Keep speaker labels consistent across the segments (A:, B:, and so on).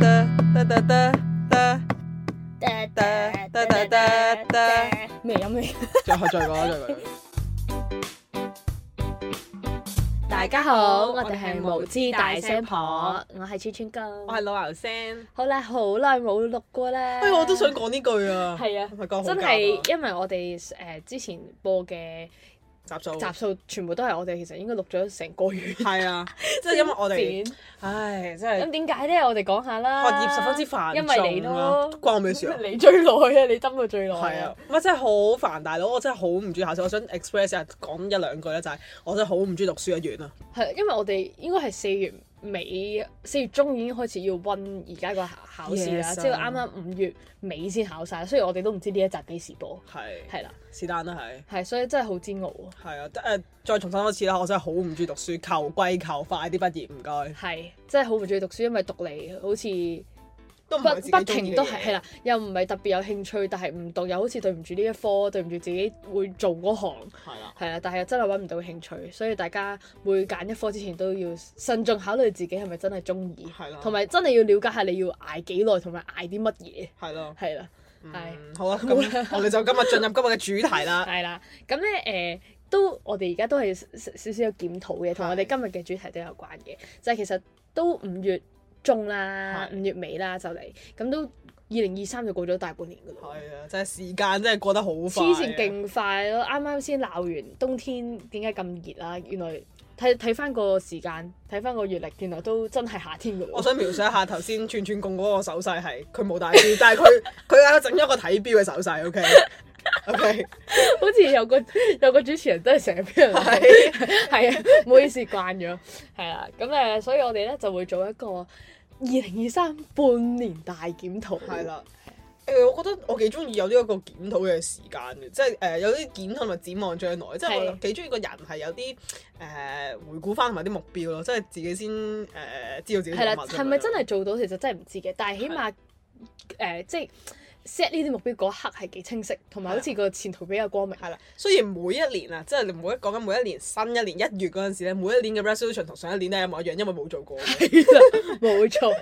A: 得得得得，
B: 噠
A: 噠噠噠噠噠
B: 咩音嚟？
A: 再再講再講。
B: 大家好，我哋係無知大聲婆，我係川川哥。
A: 我係老牛聲。
B: 好啦，好耐冇錄過啦。
A: 哎，我都想。講呢句啊。
B: 係啊
A: Oh my god，好
B: 真
A: 夾啊
B: 係因為我哋誒、呃之前播嘅
A: 啊集數。
B: 集數全部都係我哋其實應該錄咗成個月，
A: 係啊，即係因為我哋，
B: 剪
A: 唉，真係
B: 咁點解咧？我哋講下啦。
A: 學業十分之繁重啊
B: 因為你咯，
A: 關我咩事啊
B: 你最耐啊，你針到最耐。
A: 係啊，唔係真係好煩，大佬，我真係好唔中意考試。我想 express 一下講一兩句咧，就係我真係好唔中意讀書一樣啊。
B: 係，因為我哋應該係四月尾、四月中已經開始要温而家個考試
A: Yes
B: 啦
A: 啊
B: 即係啱啱五月尾先考晒，雖然我哋都唔知呢一集幾時播，
A: 係，
B: 係啦，
A: 是但啦，係。
B: 係，所以真係好煎熬啊，
A: 係啊，誒，再重申多次啦，我真係好唔中意讀書，求歸求，快啲畢業，唔該。
B: 係，真係好唔中意讀書，因為讀嚟好似
A: 都唔係自
B: 不
A: 己
B: 不
A: 中意
B: 停
A: 嘅
B: 都
A: 嘢
B: 係係啦，又唔係特別有興趣，但係唔讀又好似對唔住呢一科，對唔住自己會做嗰行。
A: 係啦，
B: 係啦，但係又真係揾唔到興趣，所以大家每揀一科之前都要慎重考慮自己係咪真係中意
A: 係啦，
B: 同埋真係要了解下你要捱幾耐，同埋捱啲乜嘢，
A: 係咯，
B: 係啦，係
A: 嗯， 好啦，咁我哋就今日進入今日嘅主題啦。
B: 係啦，咁咧誒都我哋而家都係少少少有檢討嘅，同我哋今日嘅主題都有關嘅，就係其實都五月中啦，
A: 係
B: 五月尾啦就嚟，咁都二零二三就過咗大半年㗎啦。
A: 係啊，真係時間真係過得好快啊。
B: 黐線勁快咯！啱啱先鬧完冬天點解咁熱啦、原來睇睇翻個時間，睇翻個月曆，原來都真係夏天㗎
A: 我
B: 喎。
A: 想描述一下頭先串串共嗰個手勢係，佢冇帶錶， 但係佢佢有整咗個睇錶嘅手勢，OK OK，
B: 好似有個有個主持人真係成日俾人鬧係啊，唔好意思慣咗。係啦，咁誒，所以我哋咧就會做一個二零二三半年大檢討。
A: 係，啦。誒、我覺得我幾中意有呢一個檢討嘅時間嘅，即係誒、有啲檢討同埋展望將來，即係我
B: 係
A: 幾中意個人係有啲誒、回顧翻同埋啲目標咯，即係自己先誒、知道自己
B: 係啦，
A: 做乜
B: 係咪真
A: 咁樣
B: 係做到其實真係唔知嘅，但係起碼誒即係 set 呢啲目標嗰刻係幾清晰，同埋
A: 啊
B: 好似個前途比較光明。
A: 係啦，雖然每一年啊，即係你每一講緊每一年新一年一月嗰陣時咧，每一年嘅 resolution 同上一年咧一模一樣，因為冇做過。
B: 冇錯，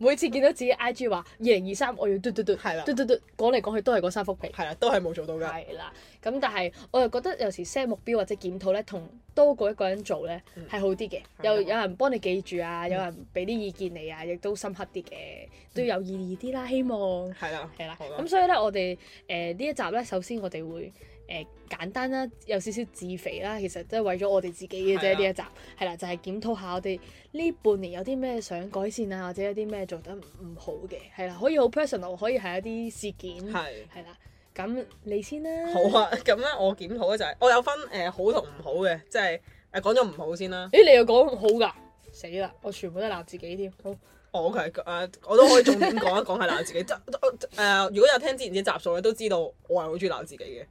B: 每次見到自己 I G 話二零二三我要嘟嘟嘟，
A: 係啦
B: 嘟嘟嘟講嚟講去都係嗰三幅皮。
A: 係啦，都係冇做到㗎。
B: 係啦，咁但係我又覺得有時 set 目標或者檢討咧，同多過一個人做咧
A: 嗯
B: 係好啲嘅，有有人幫你記住啊，有人俾啲意見你啊，亦都深刻啲
A: 嗯
B: 嘅，都有意義啲啦，希望。
A: 係啦，
B: 係啦，
A: 好啦啊
B: 咁所以咧，我哋誒呢一集咧，首先我哋會誒、呃、簡單啦，有少少自肥啦，其實都係為咗我哋自己嘅
A: 係
B: 啫。
A: 啊
B: 呢一集係啦，就係、檢討下我哋呢半年有啲咩想改善啊，或者有啲咩做得唔好嘅，係啦，可以好 personal，可以係一啲事件，
A: 嗯係。
B: 係啦。咁你先啦，
A: 好啊， 咁咧我檢討咧就係、我有分誒、好同唔好嘅，即係誒講咗唔好先啦。
B: 咦，你又講好㗎，死啦！我全部都係鬧自己添，好
A: 我哦 OK 誒、我都可以重點講一講係鬧自己。即誒、如果有聽之前啲集數咧，都知道我係好中意鬧自己嘅。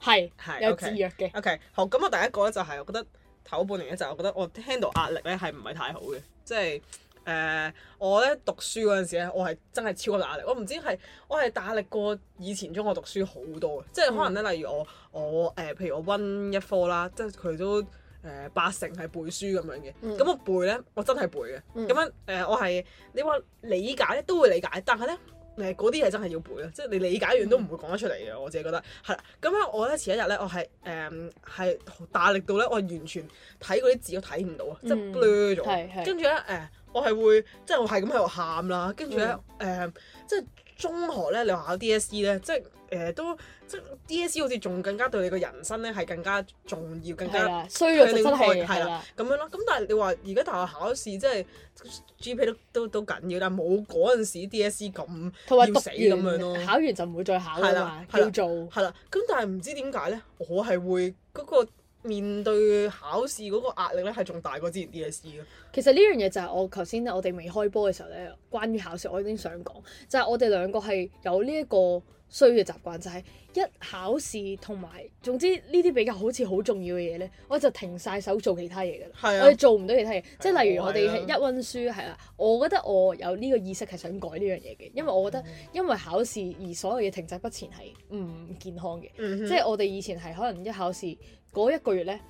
B: 係
A: 係
B: 有
A: OK
B: 自虐嘅，
A: OK，好，咁我第一個咧就係、我覺得頭半年咧就係我覺得我 handle 壓力咧係唔係太好嘅，即係誒、呃我咧讀書嗰陣時咧，我係真係超級大壓力，我唔知係我係大壓力過以前中學讀書好多嘅，即係
B: 嗯
A: 可能咧，例如我我誒、呃譬如我温一科啦，即係佢都。誒、八成係背書咁樣嘅，咁、
B: 嗯
A: 我背咧，我真係背嘅。咁、
B: 嗯
A: 樣誒、呃我係你話理解咧都會理解，但係咧誒嗰啲嘢真係要背啊！即係你理解完都唔會講得出嚟嘅，我自己覺得係啦。咁咧，我咧前一日咧，我係誒係大力到咧，我完全睇嗰啲字都睇唔到啊，即係
B: 嗯
A: blur
B: 係
A: 咗。
B: 係
A: 跟住咧誒，我係會即係我係咁喺度喊啦。跟住咧誒，即係中學咧，你話考 DSE 咧，即係誒、都即係 DSE 好似仲更加對你個人生咧係更加重要，更
B: 係
A: 加。
B: 啦，衰弱就
A: 佢
B: 真係
A: 另外係
B: 係
A: 啦
B: 啦，
A: 咁樣咯，咁但係你話而家大學考試即係 GPA 都都都緊要，但係冇嗰陣時 DSE 咁
B: 同
A: 要
B: 埋讀
A: 死咁樣咯
B: 完考完就唔會再考
A: 係
B: 啦
A: 啦
B: 嘛，
A: 係啦
B: 叫做。
A: 係啦，咁但係唔知點解咧，我係會嗰個面對考試嗰個壓力咧，係仲大過之前 E DSE 咯。
B: 其實呢樣嘢就係我頭先我哋未開波嘅時候咧，關於考試我已經想講，就係、我哋兩個係有呢一個衰嘅習慣，就係、一考試同埋總之呢啲比較好似好重要嘅嘢咧，我就停晒手做其他嘢㗎啦。
A: 係
B: 我
A: 啊
B: 哋，做唔到其他嘢，即係例如
A: 我
B: 我
A: 係啊
B: 哋
A: 啦
B: 一溫書係啦，我覺得我有呢個意識係想改呢樣嘢嘅，因為我
A: 嗯
B: 覺得因為考試而所有嘢停滯不前係唔健康嘅。
A: 嗯哼
B: 即係我哋以前係可能一考試嗰一個月咧，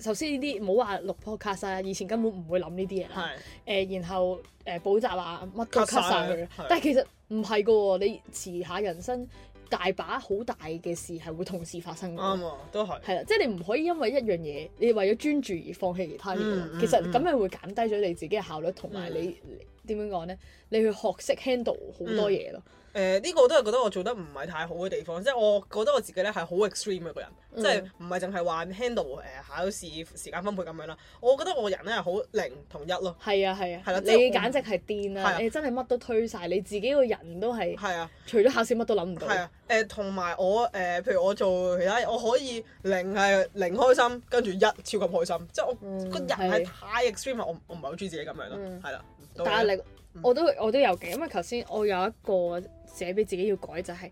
B: 首先呢啲唔好話錄 podcast 啊，以前根本唔會諗呢啲嘢啦。
A: 係
B: 誒、然後誒、補習啊，乜都
A: cut
B: cut 晒
A: 晒
B: 佢
A: 係。
B: 但係其實唔係噶喎，你遲下人生大把好大嘅事係會同時發生㗎。
A: 啱啊，都係。
B: 係啦，即係你唔可以因為一樣嘢，你為咗專注而放棄其他嘢咯。
A: 嗯嗯
B: 其實
A: 嗯
B: 咁樣會減低咗你自己嘅效率，同埋你你點樣講咧？你去學識 handle 好
A: 嗯
B: 多嘢咯。
A: 誒呢、個我都係覺得我做得唔係太好嘅地方，即係我覺得我自己咧係好 extreme 嘅個人，
B: 嗯
A: 即係唔係淨係話 handle 誒、考試時間分配咁樣啦。我覺得我人咧係好零同一咯，
B: 係啊係
A: 係啦
B: 啊，
A: 即
B: 你
A: 係我
B: 簡直係癲
A: 係啊
B: 啦！你真係乜都推晒，你自己個人都係
A: 係啊，
B: 除咗考試乜都諗唔到。
A: 係啊，誒同埋我誒、譬如我做其他嘢，我可以零係零開心，跟住一超級開心，即係我
B: 嗯
A: 個人係太 extreme 啦，我唔我唔係好中意自己咁樣咯，
B: 嗯
A: 係啦、到
B: 但
A: 你啊嗯
B: 係你我都我都有嘅，因為頭先我有一個寫俾自己要改就係、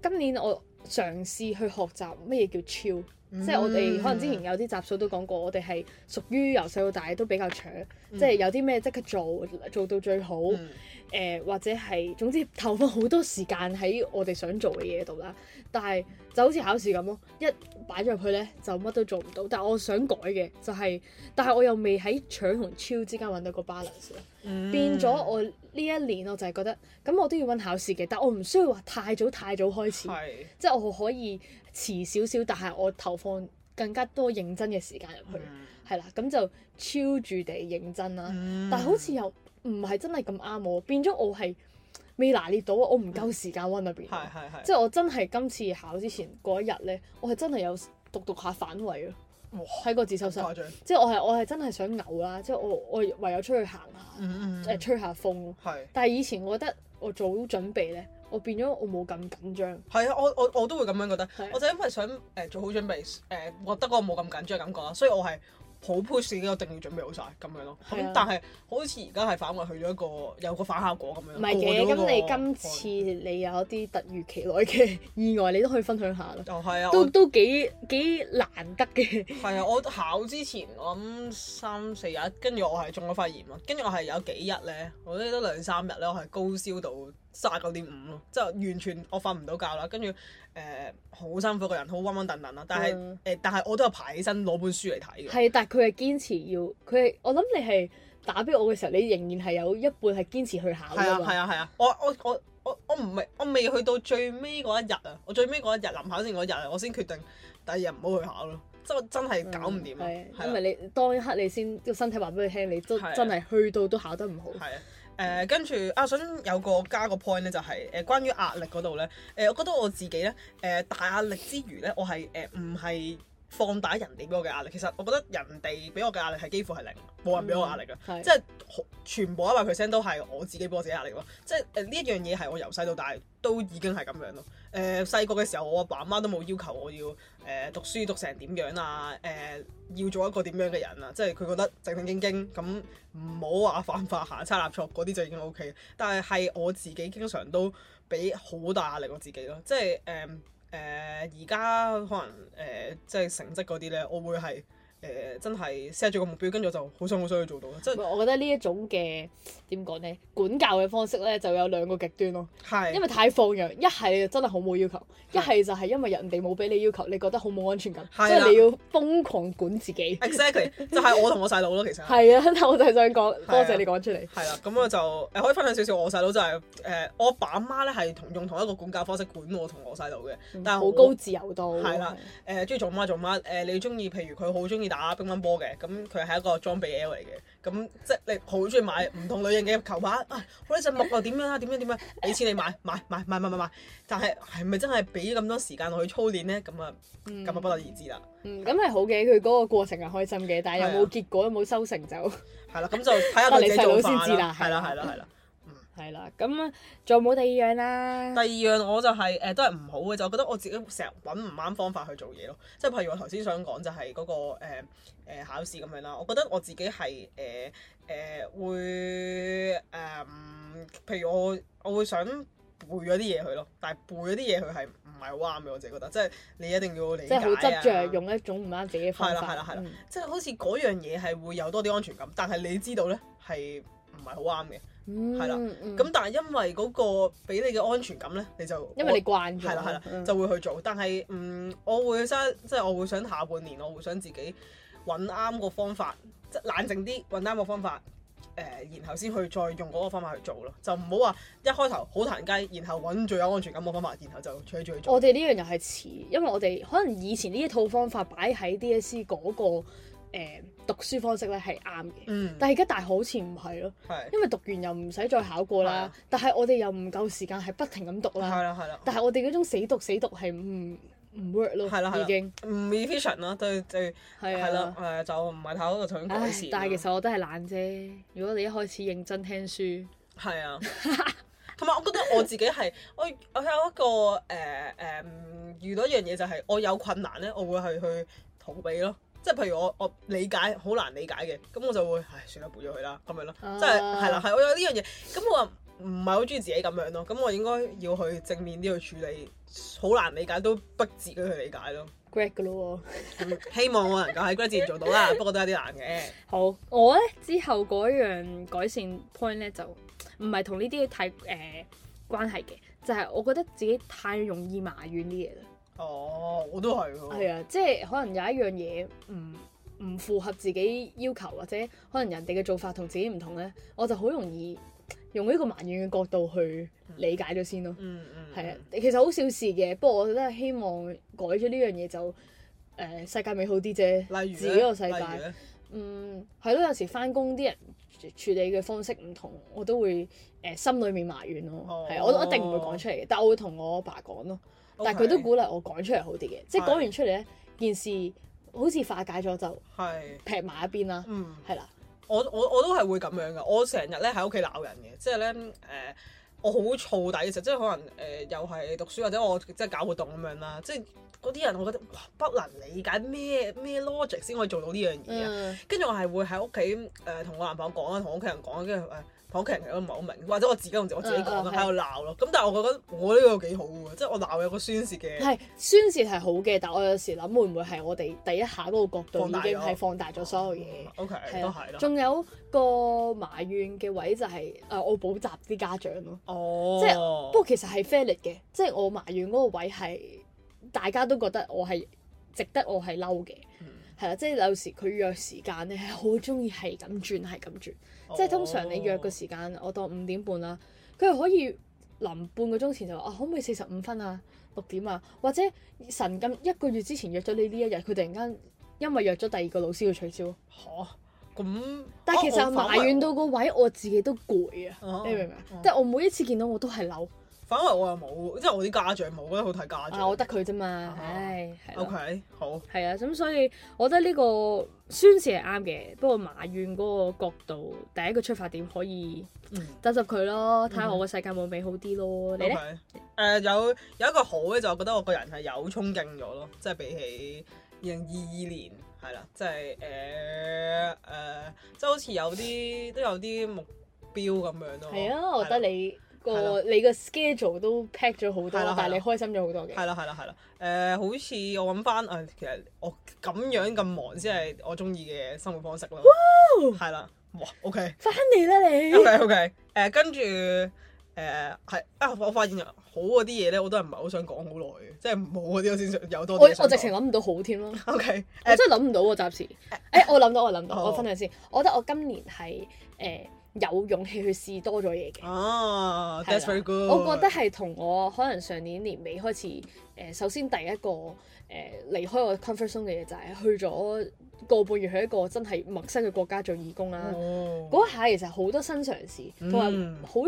B: 今年我嘗試去學習乜嘢叫超，
A: 嗯
B: 即係我哋可能之前有啲集數都講過，我哋係屬於由細到大都比較搶，即係有啲咩即刻做，做到最好。
A: 嗯
B: 誒、或者係總之投放好多時間喺我哋想做嘅嘢度啦。但係就好似考試咁咯，一擺咗入去咧就乜都做唔到。但係我想改嘅就係、但係我又未喺搶同超之間揾到個 balance 咯。
A: 嗯
B: 變咗我呢一年我就係覺得，咁我都要揾考試嘅，但我唔需要話太早太早開始，
A: 係
B: 即係我可以遲少少，但係我投放更加多認真嘅時間入去，係啦、咁就超住地認真啦。
A: 嗯
B: 但係好似又唔係真係咁啱我，變咗我係未拿捏到，啊我唔夠時間温入邊。
A: 係係係
B: 即係我真係今次考之前嗰一日咧，我係真係有讀讀下反胃咯，
A: 哇
B: 喺個自修室，
A: 誇張，
B: 即係我係我係真係想嘔啦，即係我我唯有出去行下，
A: 嗯嗯
B: 誒
A: 嗯
B: 吹下風咯。
A: 係。
B: 但係以前我覺得我做好準備咧，我變咗我冇咁緊張。
A: 係啊，我我我都會咁樣覺得
B: 係啊，
A: 我就因為想誒、做好準備，誒、覺得我冇咁緊張嘅感覺啦，所以我係好 push 自己，我一定要準備好晒咁樣咯。
B: 係
A: 咁、
B: 啊
A: 但係好似而家係反為去咗一個有個反效果咁樣。
B: 唔係嘅，咁你今次你有一啲突如其來嘅意外，你都可以分享下咯，
A: 就係啊，
B: 都
A: 我
B: 都幾幾難得嘅。
A: 係啊，我考之前我諗三四日，跟住我係中咗肺炎咯，啊跟住我係有幾日咧，我覺得都兩三日咧，我係高燒到三十九點五咯，即係完全我瞓唔到覺啦，跟住誒好辛苦個人，好昏昏沌沌啦，但係誒、呃
B: 嗯
A: 但係我都有爬起身攞本書嚟睇嘅。
B: 係，但係佢係堅持要，佢係我諗你係打俾我嘅時候，你仍然係有一半係堅持去考
A: 係啊
B: 㗎
A: 係
B: 嘛。
A: 啊係啊！我我我我我唔係我未去到最尾嗰一日啊！我最尾嗰一日臨考試嗰日啊，我先決定第二日唔好去考咯，即係我真係搞唔掂啊！
B: 嗯係
A: 係
B: 因
A: 啊
B: 為你當一刻你先個身體話俾你聽，你都
A: 係啊
B: 真係去到都考得唔好。
A: 係啊。誒跟住啊，想有個加個 point 咧，就係、誒、關於壓力嗰度咧。誒、我覺得我自己咧，誒、大壓力之餘咧，我係誒唔係放大人哋俾我嘅壓力。其實我覺得人哋俾我嘅壓力係幾乎係零，冇人俾我壓力㗎。啊
B: 係
A: 即係好全部一百 percent 都係我自己俾我自己壓力咯。即係呃誒呢一樣嘢係我由細到大都已經係咁樣咯。誒細個嘅時候，我阿爸阿媽都冇要求我要誒、呃、讀書讀成點樣啊，誒、要做一個點樣嘅人啊。即係佢覺得正正經經咁，唔好話犯法行差踏錯嗰啲就已經 O K。但係係我自己經常都俾好大壓力我自己咯。即係誒誒而家可能誒、呃即係成績嗰啲咧，我會係。誒、真係 set 咗個目標，跟住我就好想好想去做到咯，即係
B: 我覺得呢一種嘅點講咧，管教嘅方式咧就有兩個極端咯。
A: 係，
B: 因為太放養，一係你就真係好冇要求，一係就係因為人哋冇俾你要求，你覺得好冇安全感，
A: 係啦
B: 所以你要瘋狂管自己。
A: exactly 就係我同我細佬咯，其實係
B: 係啊， 但我就係想講，多
A: 係啊
B: 謝你講出嚟。
A: 係啦，咁我就誒可以分享少少我細佬就係、誒、我爸阿媽咧係同用同一個管教方式管我同我細佬嘅，但係
B: 好
A: 我
B: 高自由度。
A: 係啦誒中意做乜做乜誒你中意譬如佢好中意打乒乓波嘅，咁佢係一個裝備 L 嚟嘅，咁即係你好中意買唔同類型嘅球拍，啊我呢隻木又點樣啊點樣點樣，俾錢你買買買買買買買，但係係咪真係俾咁多時間我去操練咧？咁啊咁啊不得而知啦。
B: 嗯，咁係好嘅，佢嗰個過程係開心嘅，但係
A: 係啊
B: 有冇結果，有冇收成就
A: 係啦，咁就睇下佢自己
B: 得你細佬
A: 做
B: 先
A: 法
B: 知
A: 啦
B: 啦。
A: 係啦，係啦，係啦。
B: 係啦。咁仲有冇第二樣啦？
A: 第二樣我就係、誒、呃都係唔好嘅，就覺得我自己成日揾唔啱方法去做嘢咯。即係譬如我頭先想講就係嗰、個誒、誒考試咁樣啦，我覺得我自己係誒誒會誒、嗯譬如我我會想背咗啲嘢去咯，但係背咗啲嘢佢係唔係好啱嘅，我自己覺得，即係你一定要理
B: 即
A: 解
B: 係
A: 啊
B: 好執着，用一種唔啱自己嘅方法。
A: 係啦係啦係啦
B: 嗯
A: 即係好似嗰樣嘢係會有多啲安全感，但係你知道咧係唔係好啱嘅。
B: 嗯
A: 係啦
B: 嗯
A: 咁但係因為嗰個俾你嘅安全感咧，你就
B: 因為你慣咗。
A: 係啦係啦，
B: 嗯
A: 就會去做。但係嗯，我會即即係我會想下半年，我會想自己，揾啱個方法，即係冷靜啲揾啱個方法。誒、然後先去再用嗰個方法去做咯，就唔好話一開頭好彈雞，然後揾最有安全感嘅方法，然後就取住去做。
B: 我哋呢樣又係似，因為我哋可能以前呢一套方法擺喺 DSE 嗰、個誒、讀書方式咧係啱嘅，
A: 嗯，
B: 但係而家大學好似唔係咯，
A: 係
B: 因為讀完又唔使再考過
A: 係
B: 啦
A: 啊，
B: 但係我哋又唔夠時間係不停咁讀
A: 係
B: 啦，
A: 啦係啦。
B: 但係我哋嗰種死讀死讀係唔唔 work 咯，
A: 係啦係啦
B: 已經
A: 唔 efficient 咯，對對
B: 係
A: 係啦
B: 啊，。
A: 誒就唔係太好嘅想改
B: 唉
A: 善，。啊
B: 但係其實我都係懶啫。如果你一開始認真聽書，
A: 係啊，同埋我覺得我自己係 我我有一個誒誒、嗯遇到一樣嘢就係我有困難咧，我會係去逃避咯。即係譬如我我理解好難理解嘅，咁我就會唉算啦，背咗佢啦咁樣咯。
B: 啊
A: 即係係啦，係我有呢樣嘢，咁我又唔係好中意自己咁樣咯。咁我應該要去正面啲去處理，好難理解都逼自己去理解咯。
B: grad 噶咯喎。
A: 嗯希望我能夠喺 g r a d u a 做到啦， 不過都有啲難嘅。
B: 好，我咧之後嗰樣改善 point 咧就唔係同呢啲太誒、呃、關係嘅，就係、我覺得自己太容易埋怨啲嘢啦。
A: 哦，我都係喎。
B: 係啊，即係可能有一樣嘢唔唔符合自己要求，或者可能人哋嘅做法同自己唔同咧，我就好容易用呢個埋怨嘅角度去理解咗先咯。
A: 嗯嗯，
B: 係啊，其實好小事嘅，不過我覺得希望改咗呢樣嘢就誒、呃世界美好啲啫，
A: 例如
B: 自己個世
A: 咧例如
B: 界，
A: 咧
B: 嗯，係咯，有時翻工啲人處處理嘅方式唔同，我都會誒、呃心裡面埋怨
A: 哦
B: 咯，係、啊我我一定唔會講出嚟嘅，但我會同我阿爸講咯，但係佢都
A: OK
B: 鼓勵我講出嚟好啲嘅，即係
A: 係
B: 講完出嚟咧，件事好似化解咗就
A: 係，
B: 劈埋一邊啦，
A: 嗯，
B: 係啦，
A: 我我我都係會咁樣噶，我成日咧喺屋企鬧人嘅，即係咧誒，呃我好燥底嘅時候，即係可能誒、呃又係讀書或者我即係搞活動咁樣啦，即係嗰啲人我覺得哇不能理解咩咩 logic 先可以做到呢樣嘢啊，
B: 嗯，
A: 跟住、我係會喺屋企誒同我男朋友講啊，同屋企人講，跟住誒。同屋企人其實都唔係好明，或者我自己我自我自己講啦，啊
B: 嗯嗯
A: 喺度鬧咯。咁但係我覺得我呢個幾好喎，即係我鬧有個宣泄嘅
B: 係宣泄係好嘅，但我有時諗會唔會係我哋第一下嗰個角度
A: 放大
B: 已經
A: 咗
B: 係放大咗所有嘢。
A: O K，
B: 係
A: 都
B: 啊
A: 係啦。
B: 仲有個埋怨嘅位就係、誒、我補習啲家長咯，
A: 哦，
B: 即係不過其實係 fair 嘅，即係我埋怨嗰個位係大家都覺得我係值得我係嬲嘅，
A: 嗯
B: 係啦、即係有時佢約時間咧係好中意係咁轉係咁轉，
A: 哦
B: 即係通常你約個時間我當五點半啦，佢係可以臨半個鐘前就話啊可唔可以四十五分啊六點啊，或者神咁一個月之前約咗你呢一日，佢突然間因為約咗第二個老師要取消。
A: 哦吓咁，
B: 但係其
A: 啊
B: 實
A: 我反為
B: 埋怨到個位，我自己都攰啊！
A: 哦
B: 你明唔明啊
A: 哦？
B: 即係我每一次見到我都係嬲，
A: 反為我又冇，即係我啲家長冇，我覺得好睇家
B: 啊我
A: 長。
B: 得佢啫嘛
A: 哦，
B: 唉，係
A: O
B: 咯，
A: K，好，
B: 係啊，咁所以我覺得呢個宣泄係啱嘅，不過埋怨嗰個角度，第一個出發點可以
A: 嗯
B: 執執佢咯，睇
A: 嗯
B: 下
A: 哼
B: 我個世界冇美好啲咯。你
A: ，O
B: 咧？
A: K，誒有有一個好咧，就我覺得我個人係有衝勁咗咯，即係比起二零二二年係啦，即係誒誒，即係好似有啲都有啲目標咁樣咯。
B: 係啊，我覺得
A: 係啦
B: 你
A: 係
B: 個你個 schedule 都 pack 咗好多，
A: 係啦係啦
B: 但係你開心咗好多嘅。
A: 係啦係啦係啦，誒、好似我諗翻誒，其實我咁樣咁忙先係我中意嘅生活方式咯。係啦，哇，OK
B: 翻嚟啦你！
A: OK OK，誒、跟住誒係啊，我發現好嗰啲嘢咧，我都係唔係好想講好耐嘅，即係唔好嗰啲我先想有多
B: 我
A: 啲嘢想講。
B: 我直情諗唔到好添咯。
A: OK 誒
B: 我
A: 哦
B: 真係諗唔到喎，暫時。誒，我諗到，我諗到，
A: 好
B: 我分享先。我覺得我今年係誒有勇氣去試多咗嘢嘅。
A: 啊哦
B: 係啦
A: ，That's very good。
B: 我覺得係同我可能上年年尾開始誒、首先第一個誒、離開我 comfort zone 嘅嘢就係去咗個半月去一個真係陌生嘅國家做義工啦。
A: 哦，
B: 嗰一下其實好多新嘗試，同
A: 嗯
B: 埋好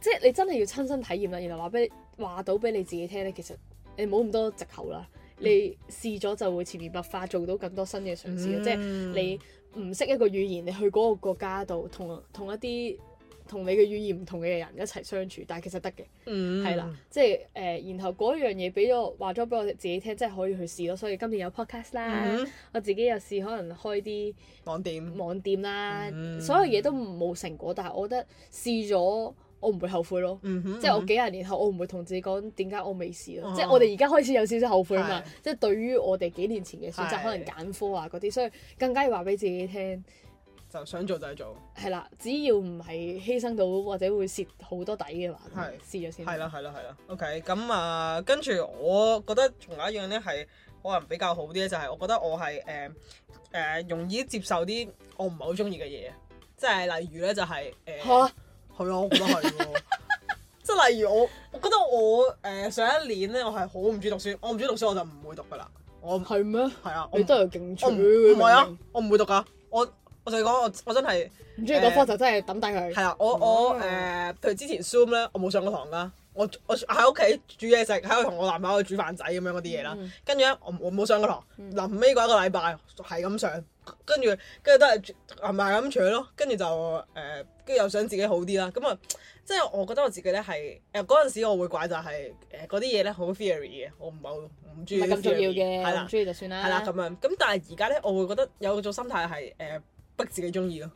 B: 即係你真係要親身體驗啦。然後話俾你話到俾你自己聽咧，其實你冇咁多藉口啦。
A: 嗯
B: 你試咗就會潛移默化做到更多新嘅嘗試
A: 嗯
B: 啦即係你唔識一個語言，你去嗰個國家度同同一啲同你嘅語言唔同嘅人一齊相處，但係其實得嘅，
A: 你
B: 係啦、即係誒、呃然後嗰樣嘢俾咗我話咗俾我自己聽，即係可以去試咯。所以今年有 podcast 啦，
A: 嗯
B: 我自己有試可能開啲
A: 網店
B: 網店啦，
A: 嗯
B: 所有嘢都冇成果，但係我覺得試咗我唔會後悔咯。
A: 嗯哼，
B: 即係我幾廿年後，我唔會同自己講點解我未試咯。
A: 哦
B: 即係我哋而家開始有少少後悔啊嘛
A: 係。
B: 即係對於我哋幾年前嘅選擇，
A: 係
B: 可能揀科啊嗰啲，所以更加要話俾自己聽，
A: 就想做就係做，
B: 係啦，只要唔係犧牲到或者會蝕好多底嘅話，
A: 係
B: 試咗先。
A: 係啦，係啦，係啦。OK，咁啊，跟住我覺得仲有一樣咧係可能比較好啲咧，就係我覺得我係誒誒容易接受啲我唔係好中意嘅嘢，即係例如咧就係、誒。
B: 嚇
A: 係啊，我覺得係 喎。即係例如我，我覺得我誒、呃上一年咧，我係好唔中意讀書，我唔中意讀書我就唔會讀噶啦。我係
B: 係咩？
A: 啊，我
B: 你
A: 唔
B: 都有勁
A: 我
B: 取
A: 唔唔係
B: 明
A: 啊
B: 明，
A: 我唔會讀噶。我我就講我我真係
B: 唔中意嗰科就真係抌低佢。
A: 係啊，我我誒、
B: 哦
A: 呃譬如之前 Zoom 咧，我冇上過堂噶。我我喺屋企煮嘢食，喺度同我男朋友煮飯仔咁樣嗰啲嘢啦。
B: 嗯
A: 跟住咧，我我冇上過堂，
B: 嗯
A: 臨尾嗰一個禮拜係咁上，跟住跟住都係係咪咁搶咯？跟住就誒，呃跟、住又想自己好啲啦。咁啊，即係我覺得我自己咧係誒嗰陣時，我會怪就係誒嗰啲嘢咧好 theory 嘅，我唔係好唔中
B: 唔
A: 意
B: 係
A: 啲
B: 咁重要
A: theory 係
B: 嘅，唔
A: 啦
B: 中意啊就算啦。
A: 係啦咁樣。咁但係而家咧，我會覺得有種心態係誒、呃逼自己中意咯。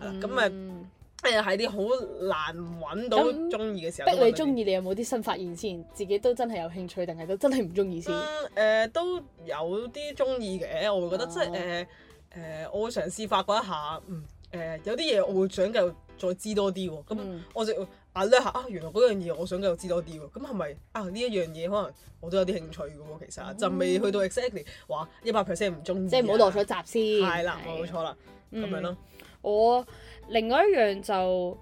A: 係啦，咁咪
B: 嗯
A: 誒喺啲好難揾到
B: 咁
A: 中意嘅時候，
B: 逼你中。意，你有冇啲新發現先？自己都真係有興趣，定係都真係唔中意先？
A: 嗯誒都有啲中意嘅，我會覺得
B: 哦
A: 即係誒誒，我會嘗試發掘一下，嗯誒有啲嘢我會想繼續再知多啲喎。咁
B: 嗯
A: 我就啊咧下啊，原來嗰樣嘢我想繼續知多啲喎。咁係咪啊呢一樣嘢可能我都有啲興趣嘅喎？其實就未去到 exactly 話一百 percent 唔中意啊，
B: 哦即係唔好落咗閘先。
A: 係啦，冇錯啦，咁
B: 嗯
A: 樣咯。
B: 我另外一樣就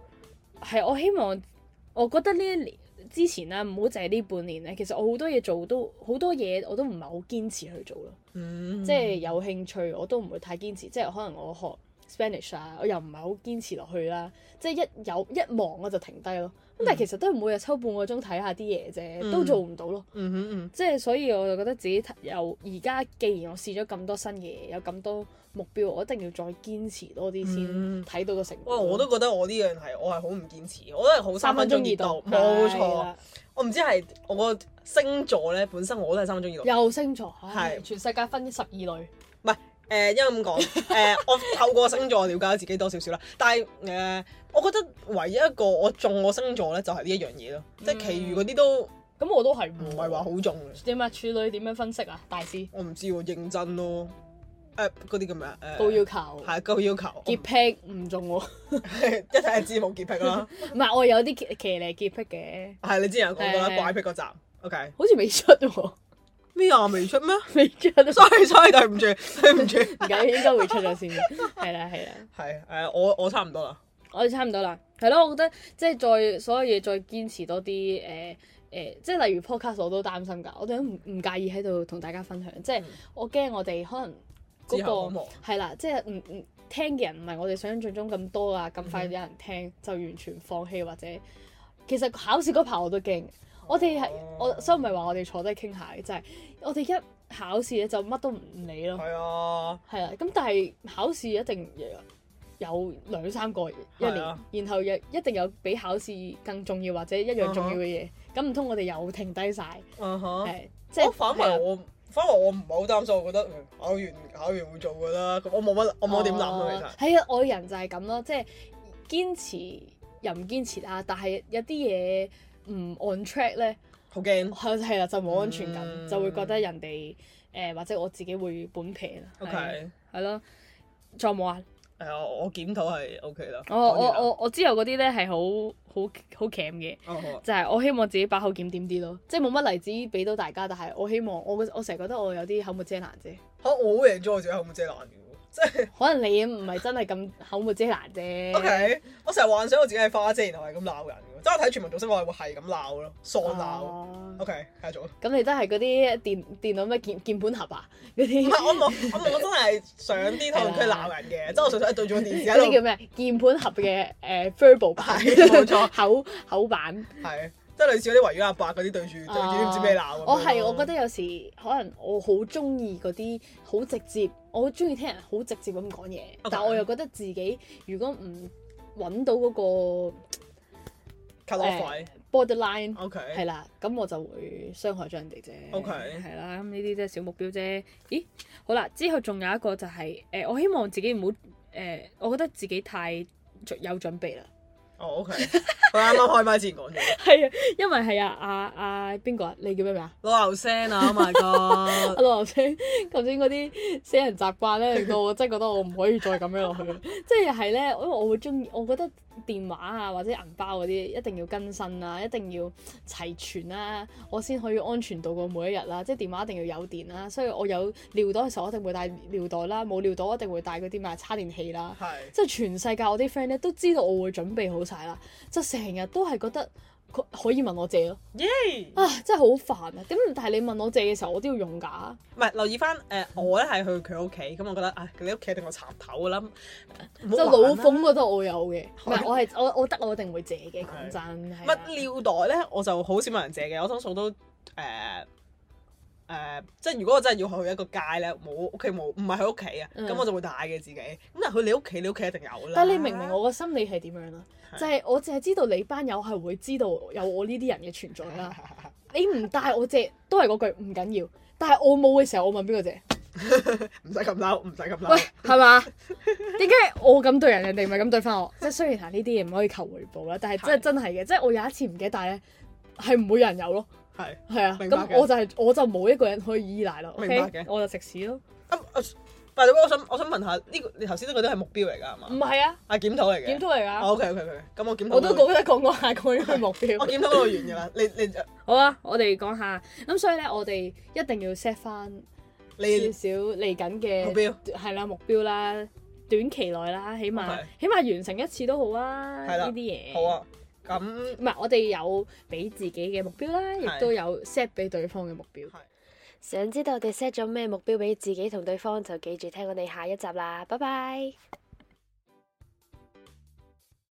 B: 係我希望，我覺得呢一年之前啦，唔好淨係呢半年咧。其實我好多嘢做都好多嘢，我都唔係好堅持去做咯。
A: 嗯，
B: 即係有興趣我都唔會太堅持，即係可能我學 Spanish 啊，我又唔係好堅持落去啦。即係一有一忙我就停低咯。咁但係其實都係每日抽半個鐘睇下啲嘢啫，都
A: 嗯
B: 做唔到咯。
A: 嗯哼嗯
B: 即係所以我就覺得自己有而家，既然我試咗咁多新嘢，有咁多目標，我一定要再堅持多啲
A: 嗯
B: 先睇到個成
A: 哇！
B: 果。
A: 我都覺得我呢樣係我係好唔堅持嘅，我都係好三分鐘熱度，冇
B: 係啊
A: 錯
B: 啦。
A: 我唔知係我個星座咧，本身我都係三分鐘熱度。
B: 又星座，唉
A: 係
B: 全世界分十二類，
A: 誒、因為咁 講，誒、我 透過星座了解自己多少少啦。但係誒、我覺得唯一一個我中我星座咧，就係呢一樣嘢咯。即
B: 嗯
A: 係其餘嗰啲都唔
B: 咁我都係唔
A: 係話好中嘅。
B: 點啊？處女點樣分析啊？大師
A: 我唔知喎，認真咯。誒嗰啲叫咩啊？誒
B: 高要求。
A: 係高要求，
B: 潔癖唔中喎，
A: 一睇就知冇潔癖啦。
B: 唔係我有啲騎騎呢潔癖嘅，
A: 係你之前有講過啦，
B: 係
A: 怪癖嗰集。OK，
B: 好似未出喎，
A: 咩啊？未出咩
B: 未出， 唔
A: ？sorry sorry，對唔住，對唔住。
B: 緊 要應該會出咗先，係啦係啦。
A: 係誒、我我差唔多啦。
B: 我哋差唔多啦，係咯，我覺得即係再所有嘢再堅持多啲，誒、誒、即係例如 podcast 我都擔心㗎，我哋都唔唔介意喺度同大家分享，即係
A: 嗯
B: 我驚我哋可能嗰、
A: 之後好
B: 個
A: 忙
B: 係啦，即係唔唔聽嘅人唔係我哋想象中咁多啊，咁快有人聽
A: 嗯
B: 就完全放棄或者其實考試嗰排我都驚，我哋係我所以唔係話我哋坐低傾下嘅，就係、我哋一考試咧就乜都唔理咯。
A: 係啊，
B: 係啊，咁但係考試一定有兩三個一年，
A: 係啊
B: 然後又一定有比考試更重要或者一樣重要嘅嘢。咁唔通我哋又停低晒？
A: 嗯哼。
B: 係即係
A: Uh-huh 我反
B: 係
A: 為
B: 啊
A: 我反為我唔係好擔心，我覺得嗯考完考完會做㗎啦。咁我冇乜，我冇點諗
B: 哦
A: 啊。
B: 係啊，我人就係咁咯，即係堅持又唔堅持啦，但係有啲嘢唔 on track 咧，
A: 其實好驚。
B: 係係啦，就冇安全感，
A: 嗯
B: 就會覺得人哋誒、或者我自己會本撇啦。係
A: OK，
B: 係咯，仲有冇啊？
A: 係啊，我我檢討係 OK 啦。
B: 哦我我
A: 講完啦
B: 我我之後嗰啲咧係好好好鉗嘅，
A: 哦好啊
B: 就係我希望自己把口檢點啲咯，即係冇乜例子俾到大家，但係我希望我我成日覺得我有啲口沒遮攔啫，
A: 嚇我好 enjoy 自己口冇遮攔嘅喎，即係
B: 可能你唔係真係咁 口沒遮攔啫。
A: OK。我成日幻想我自己係花姐，然後係咁鬧人嘅喎，即係我睇全民造星，我係會係咁鬧咯，喪鬧。
B: 哦
A: OK，繼續。
B: 咁你都係嗰啲電電腦咩鍵鍵盤俠啊 嗰
A: 唔
B: 啲
A: 係我冇我冇真係上啲討論區鬧人嘅，即係我純粹係對住個電視
B: 嗰嗯啲叫
A: 喺度，
B: 咩鍵盤俠嘅誒 verbal 版，
A: 係冇錯
B: 口口版。
A: 係即係類似嗰啲圍繞阿伯嗰啲對住對住啲唔知咩鬧咁樣咯。
B: 哦我係我覺得有時可能我好中意嗰啲好直接，我好中意聽人好直接咁講嘢，但我又覺得自己如果唔揾到嗰
A: cut
B: 誒
A: off 位
B: 個 borderline。
A: OK
B: 係啦，咁我就會傷害咗人哋啫。
A: OK
B: 係啦，咁呢啲都係小目標啫。咦，好啦，之後仲有一個就係、誒、我希望自己唔好誒，我覺得自己太準有準備 啦。
A: 哦，OK，佢啱啱開麥之前講咗，
B: 係啊，因為係啊，阿阿邊個啊？你叫咩名啊？
A: 老牛聲啊，Oh my god！
B: 阿羅頭先頭先嗰啲死人習慣咧，令到我真係覺得我唔可以再咁樣落去。即係又係咧，因為我會中意，我覺得電話啊或者銀包嗰啲一定要更新啦、啊，一定要齊全啦、啊，我先可以安全度過每一日啦、即係電話一定要有電啦、所以我有尿袋嘅時候，我一定會帶尿袋啦；冇尿袋，我一定會帶嗰啲咩啊叉電器啦。
A: 係
B: 即係全世界我啲 friend 咧都知道我會準備好晒啦，就成日都係覺得佢可以問我借咯。
A: 耶！
B: 啊，真係好煩啊！點但係你問我借嘅時候，我都要用㗎。
A: 唔係留意翻誒，我咧係去佢屋企，咁我覺得啊，你屋企一定有插頭㗎啦，唔
B: 即
A: 好
B: 係
A: 玩啦
B: 老馮嗰度我有嘅，唔係我係我我得我一定會借嘅，講
A: 係
B: 真係啊。
A: 乜尿袋咧，我就好少問人借嘅，我通常都誒誒、呃呃即係如果我真係要去一個街咧，冇屋企冇，唔係喺屋企啊，
B: 嗯
A: 咁、我就會帶嘅自己。咁但係去你屋企，你屋企一定有啦。
B: 但係你明唔明我個心理係點樣啦？
A: 啊
B: 啊
A: 係
B: 就係我淨係知道你班友係會知道有我呢啲人嘅存在 啦。你唔帶我借都係嗰句唔緊要，但係我冇嘅時候，我問邊個借？
A: 唔使咁嬲，唔使咁
B: 喂
A: 嬲。，
B: 係嘛？點解我咁對人，人哋咪咁對 翻我？即係雖然係呢啲嘢唔可以求回報啦，但係真係
A: 係
B: 真係嘅，即係我有一次唔記得帶咧，係唔會有人有咯。
A: 係
B: 係啊，
A: 明白
B: 咁
A: 嘅
B: 我就係、我就冇一個人可以依賴咯。
A: 明白
B: OK，
A: 嘅
B: 我就食屎咯。
A: 啊，啊但係我想我想問下，呢、個你頭先都嗰啲係目標嚟㗎係
B: 唔
A: 嘛？
B: 係啊，
A: 啊檢討嚟嘅。
B: 檢討嚟㗎。
A: O K O K O K，咁我檢討。
B: 我都覺得講講下講呢個目
A: 我
B: 標。
A: 檢討到完㗎啦。你你
B: 好啊，我哋講下咁，所以咧，我哋一定要 set 翻少
A: 你
B: 少嚟緊嘅
A: 目標
B: 係啦目標啦，短期內啦，起碼
A: OK
B: 起碼完成一次都好啊。
A: 係啦
B: 呢啲嘢
A: 好啊。咁
B: 唔係，我哋有俾自己嘅目標啦，亦
A: 係
B: 都有 set 俾對方嘅目標。
C: 想知道我哋 set 咗咩目標俾自己同對方，就記住聽我哋下一集啦，拜拜。